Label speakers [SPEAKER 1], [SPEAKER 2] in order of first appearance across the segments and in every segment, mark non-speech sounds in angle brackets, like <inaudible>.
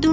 [SPEAKER 1] Tú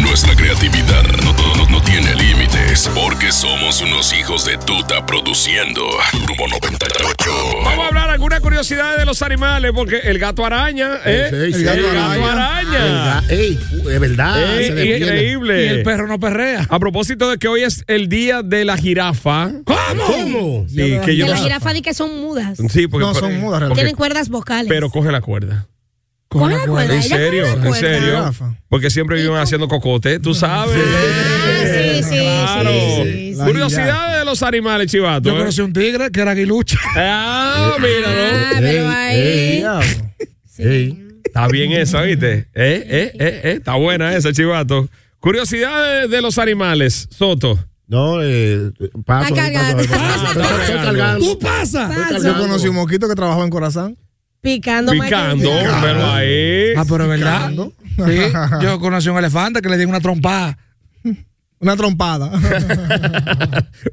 [SPEAKER 2] Nuestra creatividad no, no- no tiene límites porque somos unos hijos de tuta produciendo Turbo 98.
[SPEAKER 3] Vamos a hablar alguna curiosidad de los animales, porque el gato araña, ¿eh?
[SPEAKER 4] Sí, sí,
[SPEAKER 3] el, gato araña. Ah,
[SPEAKER 4] ¿Verdad? Ey, es verdad.
[SPEAKER 3] Eh,
[SPEAKER 4] se defiende.
[SPEAKER 3] increíble.
[SPEAKER 5] Y el perro no perrea.
[SPEAKER 3] A propósito de que hoy es el día de la jirafa. ¿Cómo?
[SPEAKER 4] ¿Cómo?
[SPEAKER 3] Sí, que yo
[SPEAKER 6] Pero
[SPEAKER 3] no-
[SPEAKER 6] jirafa di que son mudas.
[SPEAKER 3] Sí, porque
[SPEAKER 5] No, son mudas,
[SPEAKER 3] porque-
[SPEAKER 6] Tienen cuerdas vocales.
[SPEAKER 3] pero coge la cuerda.
[SPEAKER 6] Coge la cuerda.
[SPEAKER 3] ¿En
[SPEAKER 6] ella coge
[SPEAKER 3] serio?
[SPEAKER 6] la
[SPEAKER 3] ¿En
[SPEAKER 6] cuerda.
[SPEAKER 3] serio?
[SPEAKER 5] Jirafa.
[SPEAKER 3] Porque siempre viven haciendo cocote, tú sabes.
[SPEAKER 6] Ah, sí, sí,
[SPEAKER 3] Claro.
[SPEAKER 6] sí, sí, sí.
[SPEAKER 3] Curiosidades de los animales, chivato.
[SPEAKER 5] Yo
[SPEAKER 3] ¿eh?
[SPEAKER 5] conocí un tigre que era aguilucho.
[SPEAKER 3] Ah, míralo.
[SPEAKER 6] Ah, pero ahí.
[SPEAKER 4] Ey.
[SPEAKER 3] Está bien esa, ¿viste? Eh, eh, eh, eh. Está buena esa, chivato. Curiosidades de los animales, Soto.
[SPEAKER 4] No, eh, paso.
[SPEAKER 6] Está
[SPEAKER 4] ahí, paso,
[SPEAKER 6] cargando.
[SPEAKER 4] ahí, paso.
[SPEAKER 6] Ah,
[SPEAKER 4] Estoy-
[SPEAKER 3] está
[SPEAKER 4] estoy
[SPEAKER 3] cargando.
[SPEAKER 4] cargando.
[SPEAKER 5] ¿Tú pasa?
[SPEAKER 4] Estoy
[SPEAKER 6] Yo
[SPEAKER 5] Yo
[SPEAKER 4] cargando.
[SPEAKER 5] conocí un mosquito que trabajaba en Corazán.
[SPEAKER 6] Picando más que-
[SPEAKER 3] Picando, pero
[SPEAKER 5] <laughs>
[SPEAKER 3] ahí.
[SPEAKER 5] Ah, pero es verdad.
[SPEAKER 4] Picando.
[SPEAKER 5] Sí, <laughs> yo conocí un elefante que le di una trompada.
[SPEAKER 4] Una
[SPEAKER 5] <laughs>
[SPEAKER 4] trompada.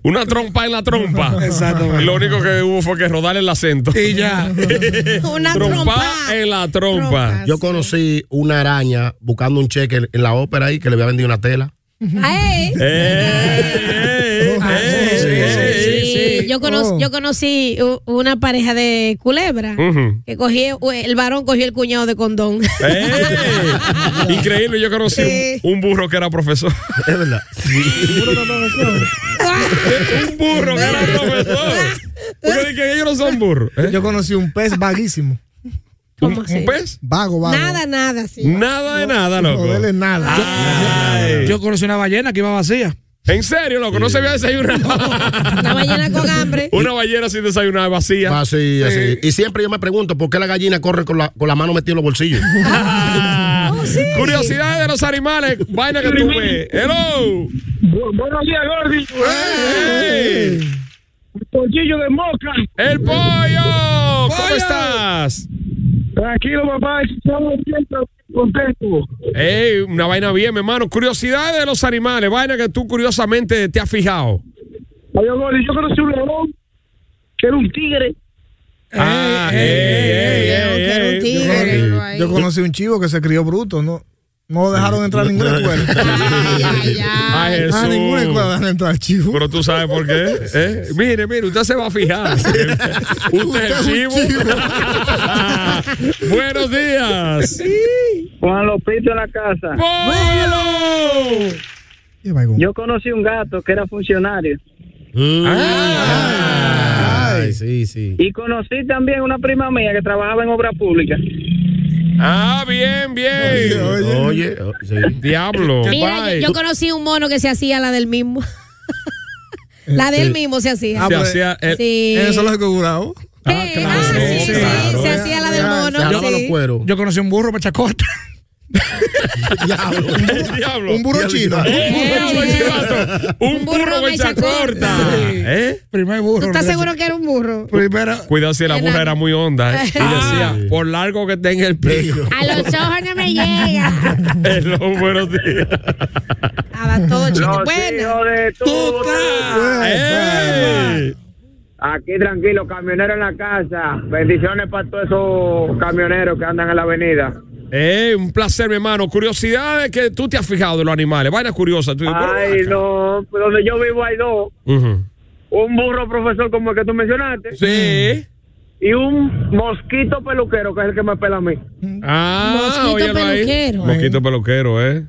[SPEAKER 3] Una trompa en la trompa.
[SPEAKER 5] Exactamente.
[SPEAKER 3] Lo único que hubo fue que rodar el acento.
[SPEAKER 5] Y <laughs> ya.
[SPEAKER 6] <laughs> Una
[SPEAKER 3] Trompa
[SPEAKER 6] trompa.
[SPEAKER 3] en la trompa.
[SPEAKER 4] Yo conocí una araña buscando un cheque en la ópera ahí que le había vendido una tela.
[SPEAKER 6] Ay.
[SPEAKER 3] ¡Ey, ey,
[SPEAKER 5] Ah,
[SPEAKER 3] ey,
[SPEAKER 5] sí, sí,
[SPEAKER 3] ey,
[SPEAKER 5] sí,
[SPEAKER 3] ey!
[SPEAKER 5] sí, sí.
[SPEAKER 6] Yo, conocí,
[SPEAKER 5] Oh.
[SPEAKER 6] yo conocí u- una pareja de culebra
[SPEAKER 3] Ujú.
[SPEAKER 6] que cogí, el varón cogió el cuñado
[SPEAKER 3] <laughs>
[SPEAKER 6] de condón. <laughs>
[SPEAKER 3] ¡Ey! Eh. Increíble, yo conocí un-
[SPEAKER 6] Sí.
[SPEAKER 3] un, burro que era profesor. <laughs>
[SPEAKER 4] Es verdad.
[SPEAKER 3] un burro que era profesor. Porque dije, ellos no son burros. ¿eh?
[SPEAKER 5] Yo conocí un pez vaguísimo.
[SPEAKER 3] ¿Un, un pez?
[SPEAKER 5] Vago,
[SPEAKER 6] nada, nada, sí.
[SPEAKER 3] Nada de nada, loco.
[SPEAKER 5] nada.
[SPEAKER 3] Ay.
[SPEAKER 5] Yo conocí una ballena que iba vacía.
[SPEAKER 3] En serio, loco, no se había
[SPEAKER 6] <laughs>
[SPEAKER 3] desayunado.
[SPEAKER 6] Una ballena con hambre.
[SPEAKER 3] Una ballena sin desayunar vacía. <laughs>
[SPEAKER 4] Así, así. Y siempre yo me pregunto por qué la gallina corre con la, con la mano metida en los bolsillos.
[SPEAKER 3] Curiosidades de los animales, vaina que tú ves. Hello.
[SPEAKER 7] Buenos días, Gordy.
[SPEAKER 3] Hey.
[SPEAKER 7] Polchillo de moca.
[SPEAKER 3] El pollo. ¿Cómo
[SPEAKER 5] Pollo.
[SPEAKER 3] estás?
[SPEAKER 7] Tranquilo, papá. Estamos siempre contentos.
[SPEAKER 3] Ey, una vaina bien, mi hermano. Curiosidades de los animales, vaina que tú curiosamente te has fijado.
[SPEAKER 7] Oye, Gordy, yo conocí un león que era un tigre.
[SPEAKER 3] Ah, ey, ey, ey,
[SPEAKER 6] que era un
[SPEAKER 3] ey.
[SPEAKER 6] tigre, algo ahí.
[SPEAKER 5] Yo conocí un chivo que se crió bruto. No, no dejaron entrar a <laughs> ninguna escuela.
[SPEAKER 6] Ay, ay, ay.
[SPEAKER 3] Ay,
[SPEAKER 5] A ninguna escuela
[SPEAKER 3] Jesús.
[SPEAKER 5] dejaron entrar al chivo.
[SPEAKER 3] Pero tú sabes por qué. <laughs> ¿eh? Mire, mire, <laughs> usted se va a fijar. usted es chivo. <laughs> Buenos días.
[SPEAKER 7] Juan Lopito en la casa.
[SPEAKER 3] ¡Polo!
[SPEAKER 7] Yo conocí un gato que era funcionario.
[SPEAKER 3] Ah,
[SPEAKER 4] Ay, sí, sí.
[SPEAKER 7] Y conocí también una prima mía que trabajaba en obra pública.
[SPEAKER 3] Ah, bien, bien.
[SPEAKER 4] Oye, oh, sí.
[SPEAKER 3] Diablo.
[SPEAKER 6] Mira,
[SPEAKER 3] Bye.
[SPEAKER 6] yo, yo conocí un mono que se hacía la del mismo. <laughs> la del mismo se hacía.
[SPEAKER 5] Ah,
[SPEAKER 3] Se
[SPEAKER 5] pero-
[SPEAKER 3] hacía el-
[SPEAKER 6] sí.
[SPEAKER 5] Eso lo he curado.
[SPEAKER 6] Eh, ah, sí, sí,
[SPEAKER 3] claro.
[SPEAKER 6] se hacía la del
[SPEAKER 4] Se
[SPEAKER 6] mono.
[SPEAKER 4] agarra los
[SPEAKER 6] sí.
[SPEAKER 4] cueros.
[SPEAKER 5] Yo conocí un burro machacota.
[SPEAKER 4] <laughs> Diablo.
[SPEAKER 3] el diablo.
[SPEAKER 5] Un burro chino.
[SPEAKER 3] ¡Eh, diablo, chivato! Un
[SPEAKER 6] Un
[SPEAKER 3] burro
[SPEAKER 6] burro
[SPEAKER 3] mecha
[SPEAKER 6] mecha
[SPEAKER 3] corta.
[SPEAKER 6] corta.
[SPEAKER 3] ¿Eh?
[SPEAKER 5] <laughs> Primer
[SPEAKER 6] ¿Tú
[SPEAKER 5] burro.
[SPEAKER 6] estás seguro que era un burro?
[SPEAKER 5] Primero.
[SPEAKER 3] Cuidado si la
[SPEAKER 6] Era-
[SPEAKER 3] burra era muy honda. ¿eh? Y decía, por largo que tenga el pico.
[SPEAKER 6] A los ojos no me <laughs> llega.
[SPEAKER 3] <laughs> Hello, buenos días.
[SPEAKER 6] Estaba Ah, todo chido. Bueno,
[SPEAKER 7] de
[SPEAKER 3] ¡Eh! ¡Ey!
[SPEAKER 7] Aquí tranquilo, camionero en la casa. Bendiciones para todos esos camioneros que andan en la avenida.
[SPEAKER 3] Eh, un placer, mi hermano. Curiosidades que tú te has fijado de los animales. Vaina curiosa. Tú dices,
[SPEAKER 7] Ay,
[SPEAKER 3] "Pero
[SPEAKER 7] no, donde yo vivo hay dos.
[SPEAKER 3] ven acá". Ujú.
[SPEAKER 7] Un burro profesor como el que tú mencionaste
[SPEAKER 3] Sí.
[SPEAKER 7] y un mosquito
[SPEAKER 5] Mm.
[SPEAKER 7] peluquero que es el que me pela a mí.
[SPEAKER 3] Ah,
[SPEAKER 6] Mosquito
[SPEAKER 3] óyelo ahí.
[SPEAKER 6] peluquero.
[SPEAKER 3] Mosquito peluquero, ¿eh?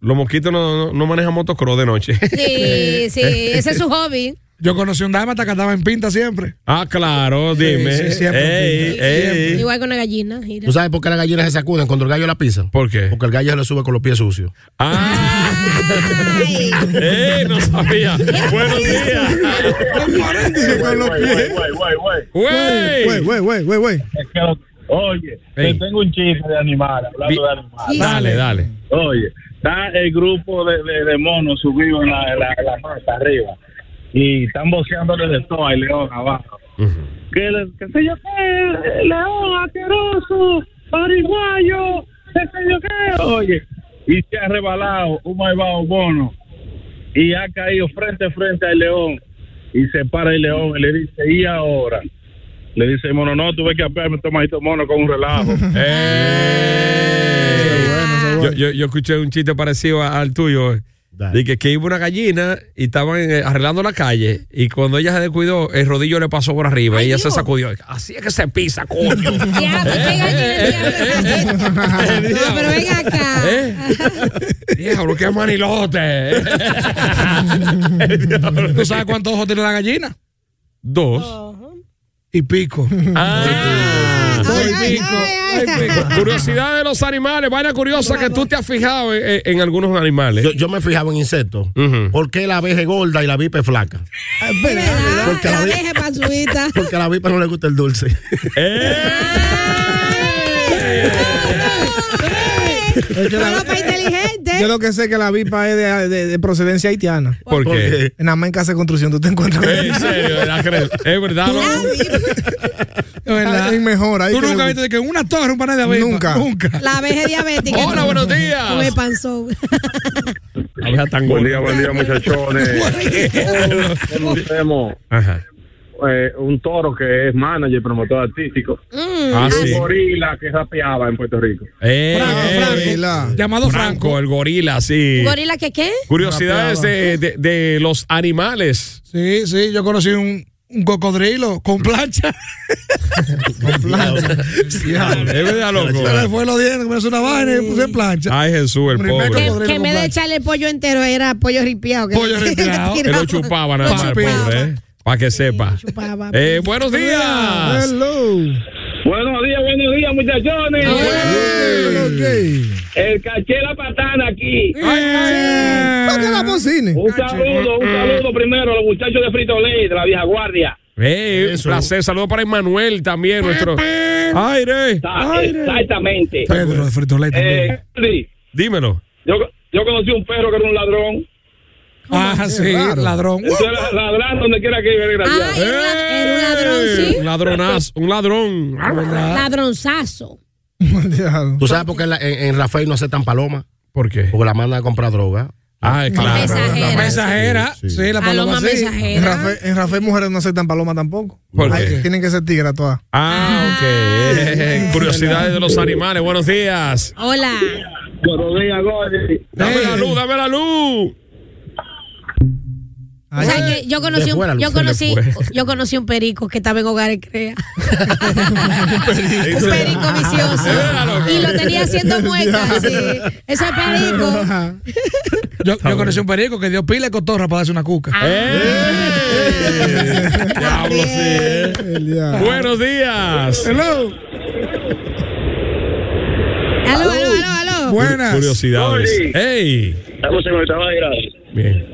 [SPEAKER 3] Los mosquitos no, no- no manejan motocross de noche.
[SPEAKER 6] Sí, sí, ese es su hobby.
[SPEAKER 5] <laughs> Yo conocí un dálmata que andaba en pinta siempre.
[SPEAKER 3] ah, claro, dime.
[SPEAKER 5] sí, siempre,
[SPEAKER 3] Ey,
[SPEAKER 5] siempre.
[SPEAKER 3] ey.
[SPEAKER 6] Igual que una gallina. mira.
[SPEAKER 4] ¿Tú sabes por qué las gallinas se sacuden cuando el gallo la pisa?
[SPEAKER 3] ¿Por qué?
[SPEAKER 4] Porque el gallo se le sube con los pies sucios.
[SPEAKER 5] <laughs>
[SPEAKER 3] Ah. ¡Ey! No sabía. Buenos días.
[SPEAKER 5] Con paréntesis, con los pies.
[SPEAKER 3] Güey.
[SPEAKER 5] Güey, güey, güey, güey, güey.
[SPEAKER 8] Oye,
[SPEAKER 3] Ey.
[SPEAKER 8] te tengo un chiste de animal, hablando
[SPEAKER 3] Vi-
[SPEAKER 8] de animal.
[SPEAKER 3] <laughs> Dale, dale.
[SPEAKER 8] Oye, está el grupo de, de, de monos subidos en la, en la, en la mata arriba y están boceándole de todo al león abajo. Que, le- que sé yo qué, león asqueroso, pariguayo, qué sé yo qué. Oye, y se ha rebalado un malvado mono y ha caído frente a frente al león y se para el león y le dice, ¿y ahora? Le dice el mono, no, tuve que apearme tomadito este mono con un relajo.
[SPEAKER 3] Ey. Yo, yo- yo escuché un chiste parecido a- al tuyo.
[SPEAKER 4] Dale.
[SPEAKER 3] Dije que iba una gallina y estaban eh, arreglando la calle. Y cuando ella se descuidó, el rodillo le pasó por arriba y ella se sacudió. Así es que se pisa, coño.
[SPEAKER 6] <laughs> Ya, pues, qué gallina,
[SPEAKER 3] <laughs>
[SPEAKER 6] diablo. No, pero ven acá.
[SPEAKER 3] ¿Eh? <laughs> Diablo, qué manilote. <laughs>
[SPEAKER 5] ¿Tú sabes cuántos ojos tiene la gallina?
[SPEAKER 3] Dos.
[SPEAKER 5] Y pico.
[SPEAKER 3] Ah.
[SPEAKER 6] Ay,
[SPEAKER 5] Doy
[SPEAKER 6] ay,
[SPEAKER 5] pico,
[SPEAKER 6] ay, ay.
[SPEAKER 3] Curiosidad de los animales, vaina curiosa que tú te has fijado en, en- en algunos animales.
[SPEAKER 4] Yo, yo me fijaba en insectos.
[SPEAKER 3] Ujú.
[SPEAKER 4] ¿Por qué la abeja es gorda y la vipa es flaca?
[SPEAKER 5] Ah,
[SPEAKER 6] Es verdad,
[SPEAKER 4] Porque
[SPEAKER 6] la
[SPEAKER 4] la vi-
[SPEAKER 6] deje panzuita.
[SPEAKER 4] Porque a la vipa no le gusta
[SPEAKER 3] <laughs>
[SPEAKER 4] el dulce.
[SPEAKER 3] ¿Eh?
[SPEAKER 6] Pero para
[SPEAKER 5] Yo
[SPEAKER 6] inteligente.
[SPEAKER 5] lo que sé es que la vipa es de, de- de procedencia haitiana.
[SPEAKER 3] ¿Por qué?
[SPEAKER 4] Porque-
[SPEAKER 5] En Nada más en casa de construcción tú te encuentras.
[SPEAKER 3] En
[SPEAKER 5] <laughs>
[SPEAKER 3] serio, ¿verdad? ¿Crees? es verdad. ¿no?
[SPEAKER 5] Ahí mejor. Ahí
[SPEAKER 8] Tú
[SPEAKER 5] que
[SPEAKER 8] nunca
[SPEAKER 5] le-
[SPEAKER 8] viste que una torre, un panel de abeja.
[SPEAKER 5] Nunca.
[SPEAKER 8] Nunca.
[SPEAKER 6] La abeja diabética.
[SPEAKER 3] Hola, buenos
[SPEAKER 6] Come
[SPEAKER 3] días.
[SPEAKER 6] panzón.
[SPEAKER 3] Abeja tan
[SPEAKER 8] Buen
[SPEAKER 3] gorda.
[SPEAKER 8] día, buen día, muchachones. Todos Conocemos
[SPEAKER 3] Ajá.
[SPEAKER 8] eh, un toro que es manager, promotor artístico.
[SPEAKER 6] Mm.
[SPEAKER 3] Ah, sí.
[SPEAKER 8] Un gorila que rapeaba en Puerto Rico.
[SPEAKER 3] Eh, eh,
[SPEAKER 5] Franco, Franco.
[SPEAKER 8] Llamado
[SPEAKER 3] Franco, el gorila, sí.
[SPEAKER 6] ¿Gorila que qué?
[SPEAKER 3] Curiosidades de, de- de los animales.
[SPEAKER 5] Sí, sí, yo conocí un, un cocodrilo con plancha. Ah.
[SPEAKER 3] Es verdad, loco.
[SPEAKER 5] <laughs> Se le fue los dientes, me hizo una vaina y puse en plancha.
[SPEAKER 3] Ay, Jesús, el
[SPEAKER 5] Primer
[SPEAKER 3] pobre.
[SPEAKER 5] cocodrilo.
[SPEAKER 6] Que en
[SPEAKER 5] con
[SPEAKER 6] vez de
[SPEAKER 5] plancha.
[SPEAKER 6] echarle el pollo entero era pollo ripiado. que
[SPEAKER 5] Pollo
[SPEAKER 6] le-
[SPEAKER 5] ripiado.
[SPEAKER 6] le
[SPEAKER 3] Que lo
[SPEAKER 6] tiraba.
[SPEAKER 3] chupaba nada
[SPEAKER 6] Lo
[SPEAKER 3] más, el
[SPEAKER 6] chupaba.
[SPEAKER 3] pobre, ¿eh? Para que sepa.
[SPEAKER 6] chupaba.
[SPEAKER 3] Eh, buenos
[SPEAKER 5] Ah.
[SPEAKER 3] días.
[SPEAKER 5] Hello.
[SPEAKER 8] Buenos días, buenos días, muchachones.
[SPEAKER 6] Ah,
[SPEAKER 8] El caché la patana aquí.
[SPEAKER 5] ¿Para qué la bocina?
[SPEAKER 8] Un saludo, un saludo primero a los muchachos de Frito Ley, de la vieja guardia.
[SPEAKER 3] Eh, un
[SPEAKER 4] Eso.
[SPEAKER 3] placer. Saludos para Emanuel también, nuestro. Aire.
[SPEAKER 8] Está- Ah, Exactamente.
[SPEAKER 5] Pedro de Frito Lay también.
[SPEAKER 8] Eh, Andy,
[SPEAKER 3] Dímelo.
[SPEAKER 8] yo, yo conocí un perro que era un ladrón.
[SPEAKER 5] ah, sí, ladrón.
[SPEAKER 8] Eso era ladrón donde quiera que iba, desgraciado.
[SPEAKER 6] Ay, era un lad- era un ladrón,
[SPEAKER 3] Eh,
[SPEAKER 6] sí.
[SPEAKER 3] Un ladronazo, un ladrón.
[SPEAKER 6] Ladronzazo.
[SPEAKER 5] <laughs> Diablo.
[SPEAKER 4] ¿Tú sabes por qué en, la- en- en Rafael no aceptan paloma?
[SPEAKER 3] ¿Por qué?
[SPEAKER 4] Porque la mandan a comprar droga. Ah,
[SPEAKER 3] Ah, claro.
[SPEAKER 6] Mensajera.
[SPEAKER 5] Mensajera. Sí, la paloma
[SPEAKER 6] Paloma
[SPEAKER 5] sí.
[SPEAKER 6] mensajera.
[SPEAKER 5] En Rafael, en Rafael mujeres no aceptan paloma tampoco.
[SPEAKER 3] ¿Por
[SPEAKER 5] Ay,
[SPEAKER 3] qué?
[SPEAKER 5] Tienen que ser tigres todas.
[SPEAKER 3] Ah, ok. Eh, Curiosidades de los animales. Buenos días.
[SPEAKER 6] Hola.
[SPEAKER 8] Buenos días, Gordy.
[SPEAKER 3] Dame
[SPEAKER 5] Eh.
[SPEAKER 3] la luz, dame la luz.
[SPEAKER 6] O sea, que yo conocí,
[SPEAKER 4] Le fue la
[SPEAKER 6] un,
[SPEAKER 4] luz,
[SPEAKER 6] yo,
[SPEAKER 4] se le
[SPEAKER 6] conocí,
[SPEAKER 3] fue.
[SPEAKER 6] <laughs> yo conocí un perico que estaba en hogares crea.
[SPEAKER 3] perico.
[SPEAKER 6] un perico vicioso.
[SPEAKER 3] Era loco.
[SPEAKER 6] Y lo tenía haciendo muecas. sí. Ese
[SPEAKER 5] <laughs>
[SPEAKER 6] perico.
[SPEAKER 5] Yo, yo conocí un perico que dio pila de cotorra para darse una cuca.
[SPEAKER 6] Ah.
[SPEAKER 3] ¡Eh! Diablo, sí, eh. Buenos días.
[SPEAKER 5] Hello.
[SPEAKER 6] Aló, aló, aló, aló.
[SPEAKER 5] Buenas.
[SPEAKER 3] Curiosidades.
[SPEAKER 8] Oli.
[SPEAKER 3] ¡Ey!
[SPEAKER 8] Estamos en el trabajo de gracias.
[SPEAKER 3] Bien.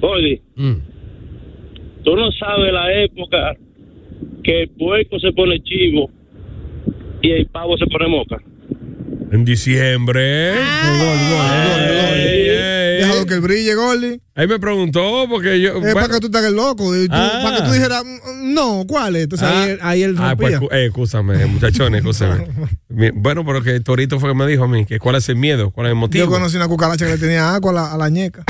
[SPEAKER 8] Gordy,
[SPEAKER 3] Mm.
[SPEAKER 8] tú no sabes la época que el puerco se pone chivo y el pavo se pone moca.
[SPEAKER 3] En diciembre.
[SPEAKER 6] Ah.
[SPEAKER 3] Ey, ey, ey.
[SPEAKER 5] Déjalo que brille, Gordy.
[SPEAKER 3] Ahí me preguntó porque yo.
[SPEAKER 5] Es
[SPEAKER 3] bueno,
[SPEAKER 5] para que tú te hagas loco. y tú-
[SPEAKER 3] Ah.
[SPEAKER 5] Para que tú dijeras, "Mm, no, ¿cuál es? Entonces
[SPEAKER 3] ah,
[SPEAKER 5] ahí, ahí él
[SPEAKER 3] ah, pues,
[SPEAKER 5] rompía.
[SPEAKER 3] cu- eh, escúchame, muchachones, escúchame.
[SPEAKER 5] <laughs>
[SPEAKER 3] Mi- bueno, pero que Torito fue que me dijo a mí que cuál es el miedo, cuál es el motivo.
[SPEAKER 5] Yo conocí una cucaracha que le tenía agua a la, a la <laughs> ñeca.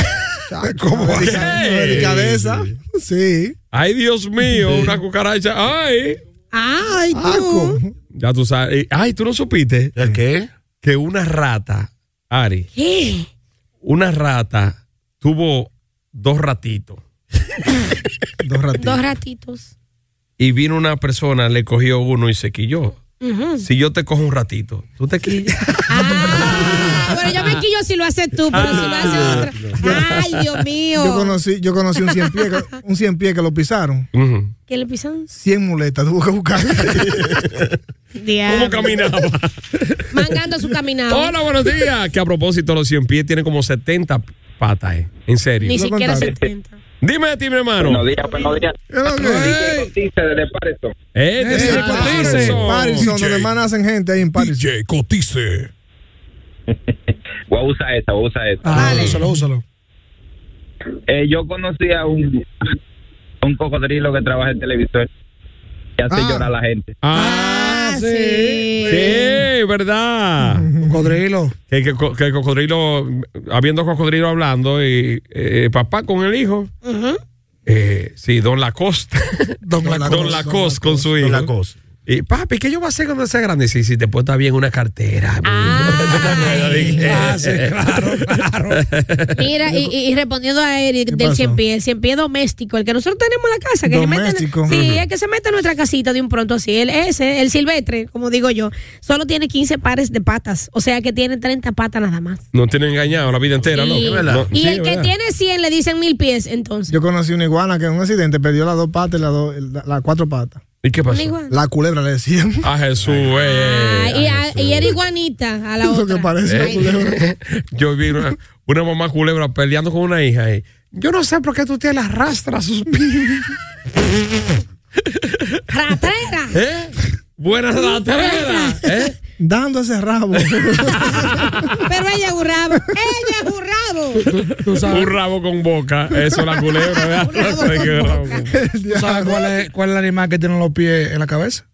[SPEAKER 5] ¿Cómo?
[SPEAKER 3] así?
[SPEAKER 5] Delicadeza. Sí.
[SPEAKER 3] Ay, Dios mío, una cucaracha. Ay.
[SPEAKER 6] Ay, tú.
[SPEAKER 5] Aco.
[SPEAKER 3] Ya tú sabes. Y- Ay, tú no supiste
[SPEAKER 4] ¿El qué?
[SPEAKER 3] que una rata, Ari,
[SPEAKER 6] ¿Qué?
[SPEAKER 3] una rata tuvo dos ratitos.
[SPEAKER 5] Dos ratitos.
[SPEAKER 6] Dos ratitos.
[SPEAKER 3] Y vino una persona, le cogió uno y se <laughs>
[SPEAKER 5] <laughs>
[SPEAKER 3] quilló. Si yo te cojo un ratito, tú te quillas.
[SPEAKER 6] Ah, pero yo me quillo malo si lo haces tú, pero si lo hace otra. Ay, Dios mío.
[SPEAKER 5] Yo conocí, yo conocí un 100 pies que, un 100 pies que lo pisaron.
[SPEAKER 6] ¿Qué le pisan?
[SPEAKER 5] 100 muletas, tuvo que buscar.
[SPEAKER 9] <laughs>
[SPEAKER 6] Diablo.
[SPEAKER 5] <laughs>
[SPEAKER 3] caminaba?
[SPEAKER 6] Mangando su caminado.
[SPEAKER 3] Hola, buenos días. Que a propósito, los 100 pies tienen como 70 patas, ¿eh? En serio.
[SPEAKER 6] Ni siquiera se
[SPEAKER 3] Dime de ti, mi hermano.
[SPEAKER 10] Buenos días, buenos días. DJ Cotice desde Patterson.
[SPEAKER 3] Eh,
[SPEAKER 5] Ese
[SPEAKER 3] desde
[SPEAKER 5] es Patterson.
[SPEAKER 3] Patterson.
[SPEAKER 5] Patterson, donde más nacen gente ahí en Patterson.
[SPEAKER 2] DJ Cotice.
[SPEAKER 10] Voy a usar esta, voy a usar esta.
[SPEAKER 5] Ah, úsalo, úsalo.
[SPEAKER 10] Eh, yo conocí a un, a un cocodrilo que trabaja en televisor y hace
[SPEAKER 5] Ah.
[SPEAKER 10] llorar a la gente.
[SPEAKER 3] Ah,
[SPEAKER 6] Ah, sí.
[SPEAKER 3] sí, verdad.
[SPEAKER 5] Cocodrilo.
[SPEAKER 3] Que, que co- que el cocodrilo, habiendo cocodrilo hablando, y eh, papá con el hijo. Eh, sí, Don
[SPEAKER 6] <laughs>
[SPEAKER 3] Lacoste.
[SPEAKER 5] Don Lacoste.
[SPEAKER 3] Don Lacoste con su hijo.
[SPEAKER 4] La cosa.
[SPEAKER 3] Y papi, ¿qué yo voy a hacer cuando sea grande? Sí, sí, te puesta bien una cartera. <laughs> Eh,
[SPEAKER 6] Ay.
[SPEAKER 3] claro, Ah, <laughs> claro.
[SPEAKER 5] <laughs>
[SPEAKER 6] Mira, y, y- y respondiendo a Eric
[SPEAKER 5] ¿Qué
[SPEAKER 6] del
[SPEAKER 5] pasó?
[SPEAKER 6] cien pie, el cien pie doméstico, el que nosotros tenemos en la casa. Que se mete en-
[SPEAKER 5] Doméstico.
[SPEAKER 6] sí,
[SPEAKER 5] Ujú.
[SPEAKER 6] es que se mete en nuestra casita de un pronto así. El, ese, el silvestre, como digo yo, solo tiene 15 pares de patas. O sea que tiene 30 patas nada más.
[SPEAKER 3] No tienen engañado la vida entera, ¿no?
[SPEAKER 6] Sí.
[SPEAKER 3] Es verdad.
[SPEAKER 6] y
[SPEAKER 3] Sí,
[SPEAKER 6] el que
[SPEAKER 3] ¿verdad?
[SPEAKER 6] tiene 100 le dicen mil pies, entonces.
[SPEAKER 5] Yo conocí una iguana que en un accidente perdió las dos patas y las dos- la- las cuatro patas.
[SPEAKER 3] ¿Y qué pasó?
[SPEAKER 6] Una iguana.
[SPEAKER 5] La culebra le decían.
[SPEAKER 3] A Jesús, eh.
[SPEAKER 6] Ah, y, a- y era iguanita a la
[SPEAKER 5] <laughs> Eso
[SPEAKER 6] otra.
[SPEAKER 5] que parece una
[SPEAKER 6] Ay,
[SPEAKER 5] culebra.
[SPEAKER 3] <laughs> Yo vi una, una mamá culebra peleando con una hija. ahí. Yo no sé por qué tú te las arrastras sus pies.
[SPEAKER 5] <laughs>
[SPEAKER 6] ratera.
[SPEAKER 3] ¿Eh? Buena ratera. <laughs> ¿Eh?
[SPEAKER 5] Dando
[SPEAKER 9] <laughs>
[SPEAKER 5] ese rabo.
[SPEAKER 6] Pero ella es un rabo. Ella es un rabo.
[SPEAKER 5] Tú sabes.
[SPEAKER 3] Un rabo con boca. Eso es la culebra. ¿verdad?
[SPEAKER 6] Un rabo
[SPEAKER 3] Ay, qué
[SPEAKER 6] con
[SPEAKER 3] rabo
[SPEAKER 6] boca.
[SPEAKER 3] <laughs> con-
[SPEAKER 5] Ya.
[SPEAKER 9] cuál es, cuál es el animal que tiene los pies en la cabeza?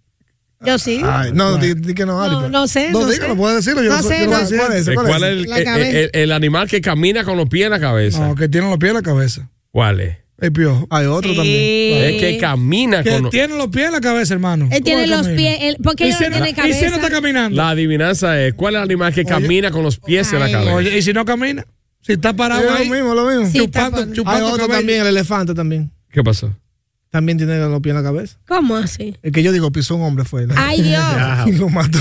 [SPEAKER 6] Yo sí.
[SPEAKER 5] Ay, no, di, di que no, Ari.
[SPEAKER 6] No,
[SPEAKER 5] pero-
[SPEAKER 6] no sé, no
[SPEAKER 5] No, dígalo,
[SPEAKER 6] sé.
[SPEAKER 5] puedes decirlo. Yo
[SPEAKER 6] No
[SPEAKER 5] no,
[SPEAKER 6] sé,
[SPEAKER 5] yo
[SPEAKER 6] no
[SPEAKER 5] sé
[SPEAKER 6] sé.
[SPEAKER 5] cuál es. ese,
[SPEAKER 3] ¿Cuál es el, eh,
[SPEAKER 6] La cabeza.
[SPEAKER 3] el- el animal que camina con los pies en la cabeza?
[SPEAKER 9] No, que tiene los pies en la cabeza.
[SPEAKER 3] ¿Cuál es?
[SPEAKER 9] El piojo.
[SPEAKER 5] Hay otro también.
[SPEAKER 6] Eh,
[SPEAKER 3] Es que camina
[SPEAKER 9] Que
[SPEAKER 3] con los
[SPEAKER 9] tiene los pies en la cabeza, hermano.
[SPEAKER 6] Él tiene
[SPEAKER 9] ¿Cómo
[SPEAKER 6] los
[SPEAKER 9] camina?
[SPEAKER 6] pies. él- ¿Por qué
[SPEAKER 9] ¿Y
[SPEAKER 6] ella
[SPEAKER 9] si
[SPEAKER 6] no
[SPEAKER 9] no-
[SPEAKER 6] tiene
[SPEAKER 9] y si no está
[SPEAKER 6] cabeza?
[SPEAKER 9] caminando?
[SPEAKER 3] La adivinanza es, ¿cuál es el animal que camina con los pies en la
[SPEAKER 6] Ay.
[SPEAKER 3] cabeza?
[SPEAKER 9] Oye, ¿y si no camina? Si está parado
[SPEAKER 5] Es
[SPEAKER 9] ahí,
[SPEAKER 5] lo mismo, lo mismo.
[SPEAKER 6] Sí,
[SPEAKER 9] chupando,
[SPEAKER 6] está-
[SPEAKER 5] Hay
[SPEAKER 9] chupando
[SPEAKER 5] otro
[SPEAKER 9] cabello.
[SPEAKER 5] también, el elefante también.
[SPEAKER 3] ¿Qué
[SPEAKER 6] <laughs>
[SPEAKER 3] pasó?
[SPEAKER 5] También tiene los pies en la cabeza.
[SPEAKER 6] ¿Cómo así?
[SPEAKER 5] El que yo digo pisó un hombre fue. ¿no?
[SPEAKER 6] Ay, Dios.
[SPEAKER 5] <laughs> Y
[SPEAKER 9] <laughs>
[SPEAKER 5] lo mató.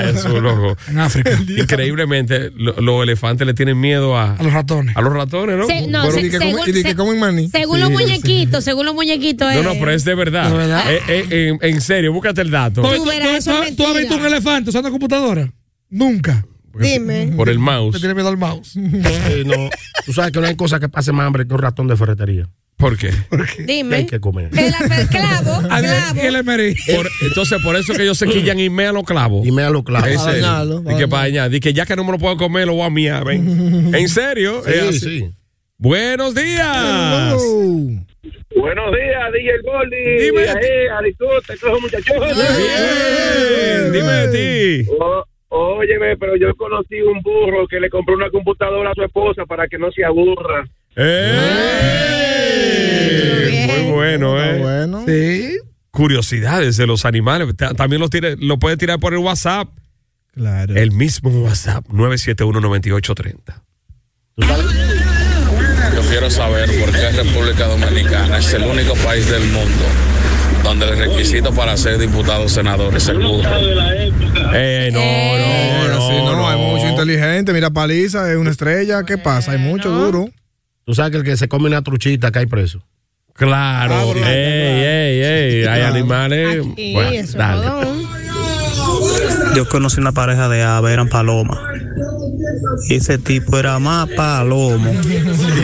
[SPEAKER 3] Eso, loco.
[SPEAKER 9] En África.
[SPEAKER 3] Increíblemente, lo- los elefantes le tienen miedo a,
[SPEAKER 9] A los ratones.
[SPEAKER 3] a los ratones, ¿no?
[SPEAKER 6] Se- no,
[SPEAKER 3] Bueno,
[SPEAKER 6] se-
[SPEAKER 5] y que
[SPEAKER 6] según-
[SPEAKER 5] come- y que
[SPEAKER 6] se-
[SPEAKER 5] comen maní.
[SPEAKER 6] Según
[SPEAKER 5] Sí,
[SPEAKER 6] los
[SPEAKER 5] sí.
[SPEAKER 6] muñequitos, según los muñequitos.
[SPEAKER 3] no,
[SPEAKER 6] eh.
[SPEAKER 3] no, pero es de verdad.
[SPEAKER 9] De verdad.
[SPEAKER 3] Eh, eh, en, en serio, búscate el dato.
[SPEAKER 9] ¿Tú,
[SPEAKER 6] Tú verás, eso es
[SPEAKER 9] tú- tú has
[SPEAKER 6] mentira.
[SPEAKER 9] visto un elefante usando computadora? Nunca.
[SPEAKER 3] <laughs>
[SPEAKER 6] Dime.
[SPEAKER 3] Por el
[SPEAKER 9] Te
[SPEAKER 3] mouse.
[SPEAKER 9] tiene miedo al
[SPEAKER 5] <laughs>
[SPEAKER 9] mouse.
[SPEAKER 4] Eh, no, tú sabes que no hay cosa que pase más hambre que un ratón de ferretería.
[SPEAKER 3] ¿Por qué?
[SPEAKER 4] Que hay
[SPEAKER 6] Dime.
[SPEAKER 4] que comer.
[SPEAKER 6] Que la pe- clavo,
[SPEAKER 9] A mí
[SPEAKER 6] clavo.
[SPEAKER 9] que le merí.
[SPEAKER 3] Por- entonces, por eso que yo sé que ya y mea los clavos.
[SPEAKER 4] Y me da lo claro.
[SPEAKER 3] En serio.
[SPEAKER 5] dañarlo,
[SPEAKER 3] Y que para dañar. Di que ya que no me lo puedo comer, lo voy a miar. ven. En serio. es así.
[SPEAKER 4] Sí, sí.
[SPEAKER 3] Buenos días.
[SPEAKER 5] Oh.
[SPEAKER 8] Buenos días, DJ Gordy.
[SPEAKER 3] Dime.
[SPEAKER 8] Ahí, a disfrute, todos los muchachos.
[SPEAKER 3] Bien. Dime de ti.
[SPEAKER 8] O- óyeme, pero yo conocí un burro que le compró una computadora a su esposa para que no se aburra.
[SPEAKER 3] ¡Ey!
[SPEAKER 6] Bien.
[SPEAKER 3] Eh, Muy bueno,
[SPEAKER 5] Está
[SPEAKER 3] ¿eh?
[SPEAKER 5] bueno.
[SPEAKER 9] Sí.
[SPEAKER 3] Curiosidades de los animales. Ta- También los tire- lo puede tirar por el WhatsApp.
[SPEAKER 5] Claro.
[SPEAKER 3] El mismo WhatsApp, 971-9830.
[SPEAKER 10] Yo quiero saber por qué República Dominicana es el único país del mundo donde el requisito para ser diputado o senador es el burro.
[SPEAKER 3] Eh, no,
[SPEAKER 5] Eh,
[SPEAKER 3] no, no,
[SPEAKER 5] sí, no,
[SPEAKER 3] no.
[SPEAKER 5] hay mucho inteligente. Mira, Paliza es una estrella. ¿Qué pasa? Hay mucho duro.
[SPEAKER 4] Tú sabes que el que se come una truchita cae preso.
[SPEAKER 3] Claro.
[SPEAKER 5] Ah, bueno,
[SPEAKER 3] ey, ey, ey, Hay
[SPEAKER 5] claro.
[SPEAKER 3] animales.
[SPEAKER 6] Aquí,
[SPEAKER 3] eh, Bueno,
[SPEAKER 6] eso,
[SPEAKER 3] dale.
[SPEAKER 6] jodón.
[SPEAKER 11] Yo conocí una pareja de aves, eran palomas. Y ese tipo era más palomo.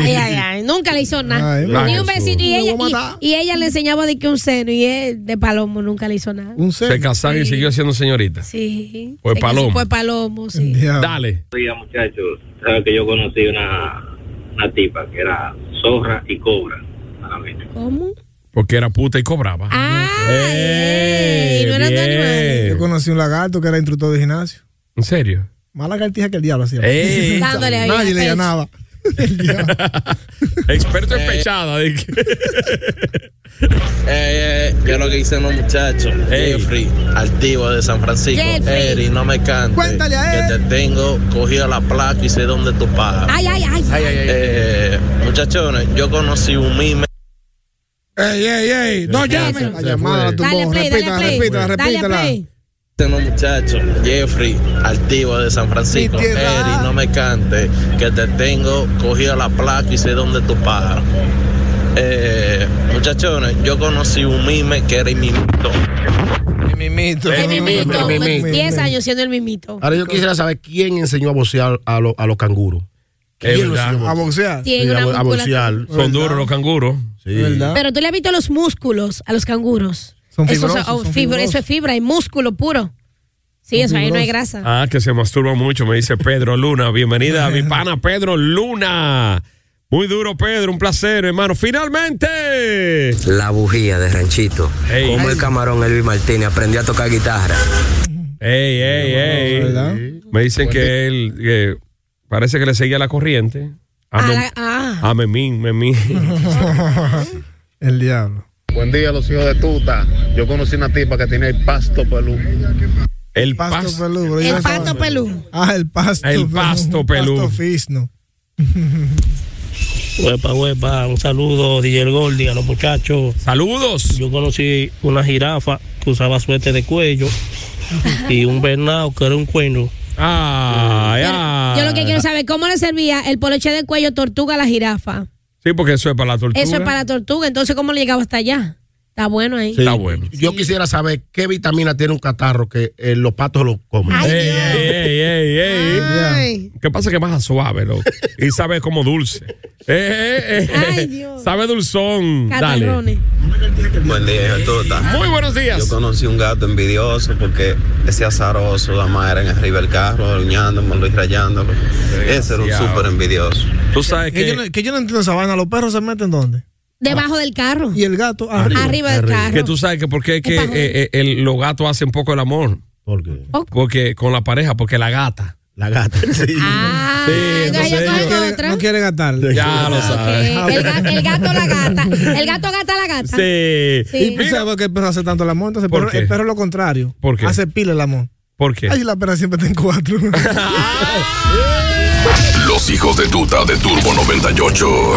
[SPEAKER 6] Ay, ay, ay. Nunca le hizo nada.
[SPEAKER 5] Ay,
[SPEAKER 3] Nah,
[SPEAKER 6] Ni un
[SPEAKER 3] Jesús.
[SPEAKER 6] besito. Y
[SPEAKER 5] Lo
[SPEAKER 6] ella,
[SPEAKER 5] voy a
[SPEAKER 6] y-
[SPEAKER 5] matar.
[SPEAKER 6] y ella le enseñaba de que un seno. Y él, de palomo, nunca le hizo nada.
[SPEAKER 5] Un
[SPEAKER 3] Se
[SPEAKER 5] ser.
[SPEAKER 3] casaron y siguió siendo señorita.
[SPEAKER 6] Sí.
[SPEAKER 3] Fue
[SPEAKER 6] Se casó
[SPEAKER 3] palomo.
[SPEAKER 6] Fue palomo, sí.
[SPEAKER 5] Diablo.
[SPEAKER 3] Dale.
[SPEAKER 10] día, muchachos. Sabes que yo conocí una, una tipa que era zorra y cobra. a la vez.
[SPEAKER 6] ¿Cómo?
[SPEAKER 3] Porque era puta y cobraba.
[SPEAKER 6] Ah,
[SPEAKER 3] Eh,
[SPEAKER 6] eh, y no eran dos
[SPEAKER 3] bien.
[SPEAKER 6] animales.
[SPEAKER 5] Yo conocí un lagarto que era instructor de gimnasio.
[SPEAKER 3] ¿En serio?
[SPEAKER 5] Más lagartija que el diablo hacía.
[SPEAKER 3] Ey.
[SPEAKER 6] Dándole ahí
[SPEAKER 5] Nadie
[SPEAKER 6] al
[SPEAKER 5] le
[SPEAKER 6] pecho.
[SPEAKER 5] ganaba. El diablo.
[SPEAKER 3] <laughs> Experto en pechada. dije.
[SPEAKER 11] yo Eh, lo que dicen los muchachos,
[SPEAKER 3] Ey.
[SPEAKER 11] Jeffrey, altivo de San Francisco.
[SPEAKER 6] Jeffrey.
[SPEAKER 11] Eri, no me cantes.
[SPEAKER 5] <laughs> Cuéntale a
[SPEAKER 11] Que
[SPEAKER 5] él.
[SPEAKER 11] te tengo cogido la placa y sé dónde tú pagas.
[SPEAKER 6] Ay, ay, ay.
[SPEAKER 11] Eh, muchachones, yo conocí un mime.
[SPEAKER 9] Ey, ey, ey. No llamen.
[SPEAKER 5] La llamada la
[SPEAKER 6] Dale
[SPEAKER 5] tumbó.
[SPEAKER 6] play, dale
[SPEAKER 5] Repítala,
[SPEAKER 6] play.
[SPEAKER 5] repítala,
[SPEAKER 6] Dale
[SPEAKER 5] repítala.
[SPEAKER 6] play.
[SPEAKER 8] los muchachos, Jeffrey, altivo de San Francisco,
[SPEAKER 12] Mi tierra.
[SPEAKER 8] Eri, no me cante, que te tengo cogido la placa y sé dónde tú pagas. Eh, muchachones, yo conocí un mime que era mimito.
[SPEAKER 13] mimito.
[SPEAKER 6] El mimito.
[SPEAKER 14] El mimito.
[SPEAKER 6] 10 años siendo el mimito.
[SPEAKER 4] Ah,
[SPEAKER 14] Ahora yo quisiera saber quién enseñó a boxear a, lo- a los canguros.
[SPEAKER 3] Es
[SPEAKER 14] ¿Quién lo
[SPEAKER 3] verdad.
[SPEAKER 14] enseñó
[SPEAKER 3] ¿A
[SPEAKER 5] boxear?
[SPEAKER 6] Tiene
[SPEAKER 14] Sí, a,
[SPEAKER 6] una
[SPEAKER 14] bo- a
[SPEAKER 6] musculatura.
[SPEAKER 14] boxear.
[SPEAKER 3] Son duros los canguros.
[SPEAKER 14] Sí.
[SPEAKER 6] Pero tú le has visto los músculos a los canguros.
[SPEAKER 3] Son
[SPEAKER 6] eso, es-
[SPEAKER 3] fibrosos,
[SPEAKER 6] oh,
[SPEAKER 3] son
[SPEAKER 6] fibra- eso es fibra y músculo puro. Sí, eso ahí no hay grasa.
[SPEAKER 3] Ah, que se masturba mucho, me dice Pedro Luna. Bienvenida a mi pana Pedro Luna. Muy duro, Pedro. Un placer, hermano. Finalmente.
[SPEAKER 15] La bujía de Ranchito. Como el camarón Elvis Martínez aprendió a tocar guitarra.
[SPEAKER 3] Ey, ey, ey. Me dicen que él que parece que le seguía la corriente.
[SPEAKER 6] Ah,
[SPEAKER 3] A, Mem- a Memín, Memín.
[SPEAKER 5] El diablo.
[SPEAKER 16] Buen día, los hijos de tuta. Yo conocí una tipa que tiene el pasto pelú.
[SPEAKER 3] El
[SPEAKER 5] pasto, pelú. bro, yo
[SPEAKER 6] El
[SPEAKER 5] no sabía.
[SPEAKER 6] pato pelú.
[SPEAKER 5] Ah, el pasto.
[SPEAKER 16] El pasto pelú.
[SPEAKER 5] Pasto fisno.
[SPEAKER 17] Huepa, huepa, un saludo, DJ El Gordi, a los muchachos.
[SPEAKER 3] Saludos.
[SPEAKER 17] Yo conocí una jirafa que usaba suerte de cuello y un venado que era un cuerno.
[SPEAKER 3] Ah, ya.
[SPEAKER 6] Yo lo que quiero saber cómo le servía el poloche de cuello tortuga a la jirafa.
[SPEAKER 3] Sí, porque eso es para la tortura.
[SPEAKER 6] Eso es para tortuga, entonces cómo le llegaba hasta allá. Está bueno ahí.
[SPEAKER 14] Sí. Yo quisiera saber qué vitamina tiene un catarro que eh, los patos lo comen.
[SPEAKER 3] Ey, ey, ey, ey.
[SPEAKER 6] Ay.
[SPEAKER 3] ¿Qué pasa que baja suave, loco? Y sabe como dulce. Eh, eh, eh. Sabe dulzón. Dale.
[SPEAKER 6] Catarrones.
[SPEAKER 18] Buen día, hijo de tuta.
[SPEAKER 3] Muy buenos días.
[SPEAKER 18] Yo conocí un gato envidioso porque ese azaroso, la madre en arriba del carro, aruñándomelo y rayándolo. Ese era un
[SPEAKER 5] Desgraciado.
[SPEAKER 18] súper envidioso.
[SPEAKER 3] Tú sabes
[SPEAKER 5] Que yo, no, que yo no entiendo esa vaina. Los perros se meten dónde?
[SPEAKER 6] Debajo del carro.
[SPEAKER 5] Y el gato
[SPEAKER 6] arriba, del carro.
[SPEAKER 3] Que tú sabes que por qué es que eh, eh, el- los gatos hacen poco el amor.
[SPEAKER 14] ¿Por qué?
[SPEAKER 3] Porque con la pareja, porque la gata.
[SPEAKER 14] La gata, <laughs> sí.
[SPEAKER 6] Ah,
[SPEAKER 3] entonces
[SPEAKER 6] entonces
[SPEAKER 3] ellos-
[SPEAKER 6] yo cogen otra.
[SPEAKER 5] No quieren atar.
[SPEAKER 3] Ya Ah, lo sabes.
[SPEAKER 6] Eh, El, ga- el gato
[SPEAKER 3] <laughs>
[SPEAKER 6] la gata. El gato gata la gata.
[SPEAKER 3] Sí.
[SPEAKER 6] Ah, Sí.
[SPEAKER 5] ¿Y tú sabes por qué el perro hace tanto el amor? Entonces el
[SPEAKER 3] ¿Por
[SPEAKER 5] perro,
[SPEAKER 3] qué?
[SPEAKER 5] el perro es lo contrario.
[SPEAKER 3] ¿Por qué?
[SPEAKER 5] Hace pila el amor.
[SPEAKER 3] ¿Por qué?
[SPEAKER 5] Ay, la perra siempre está en cuatro.
[SPEAKER 19] Los hijos de tuta de Turbo 98.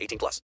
[SPEAKER 20] 18 plus.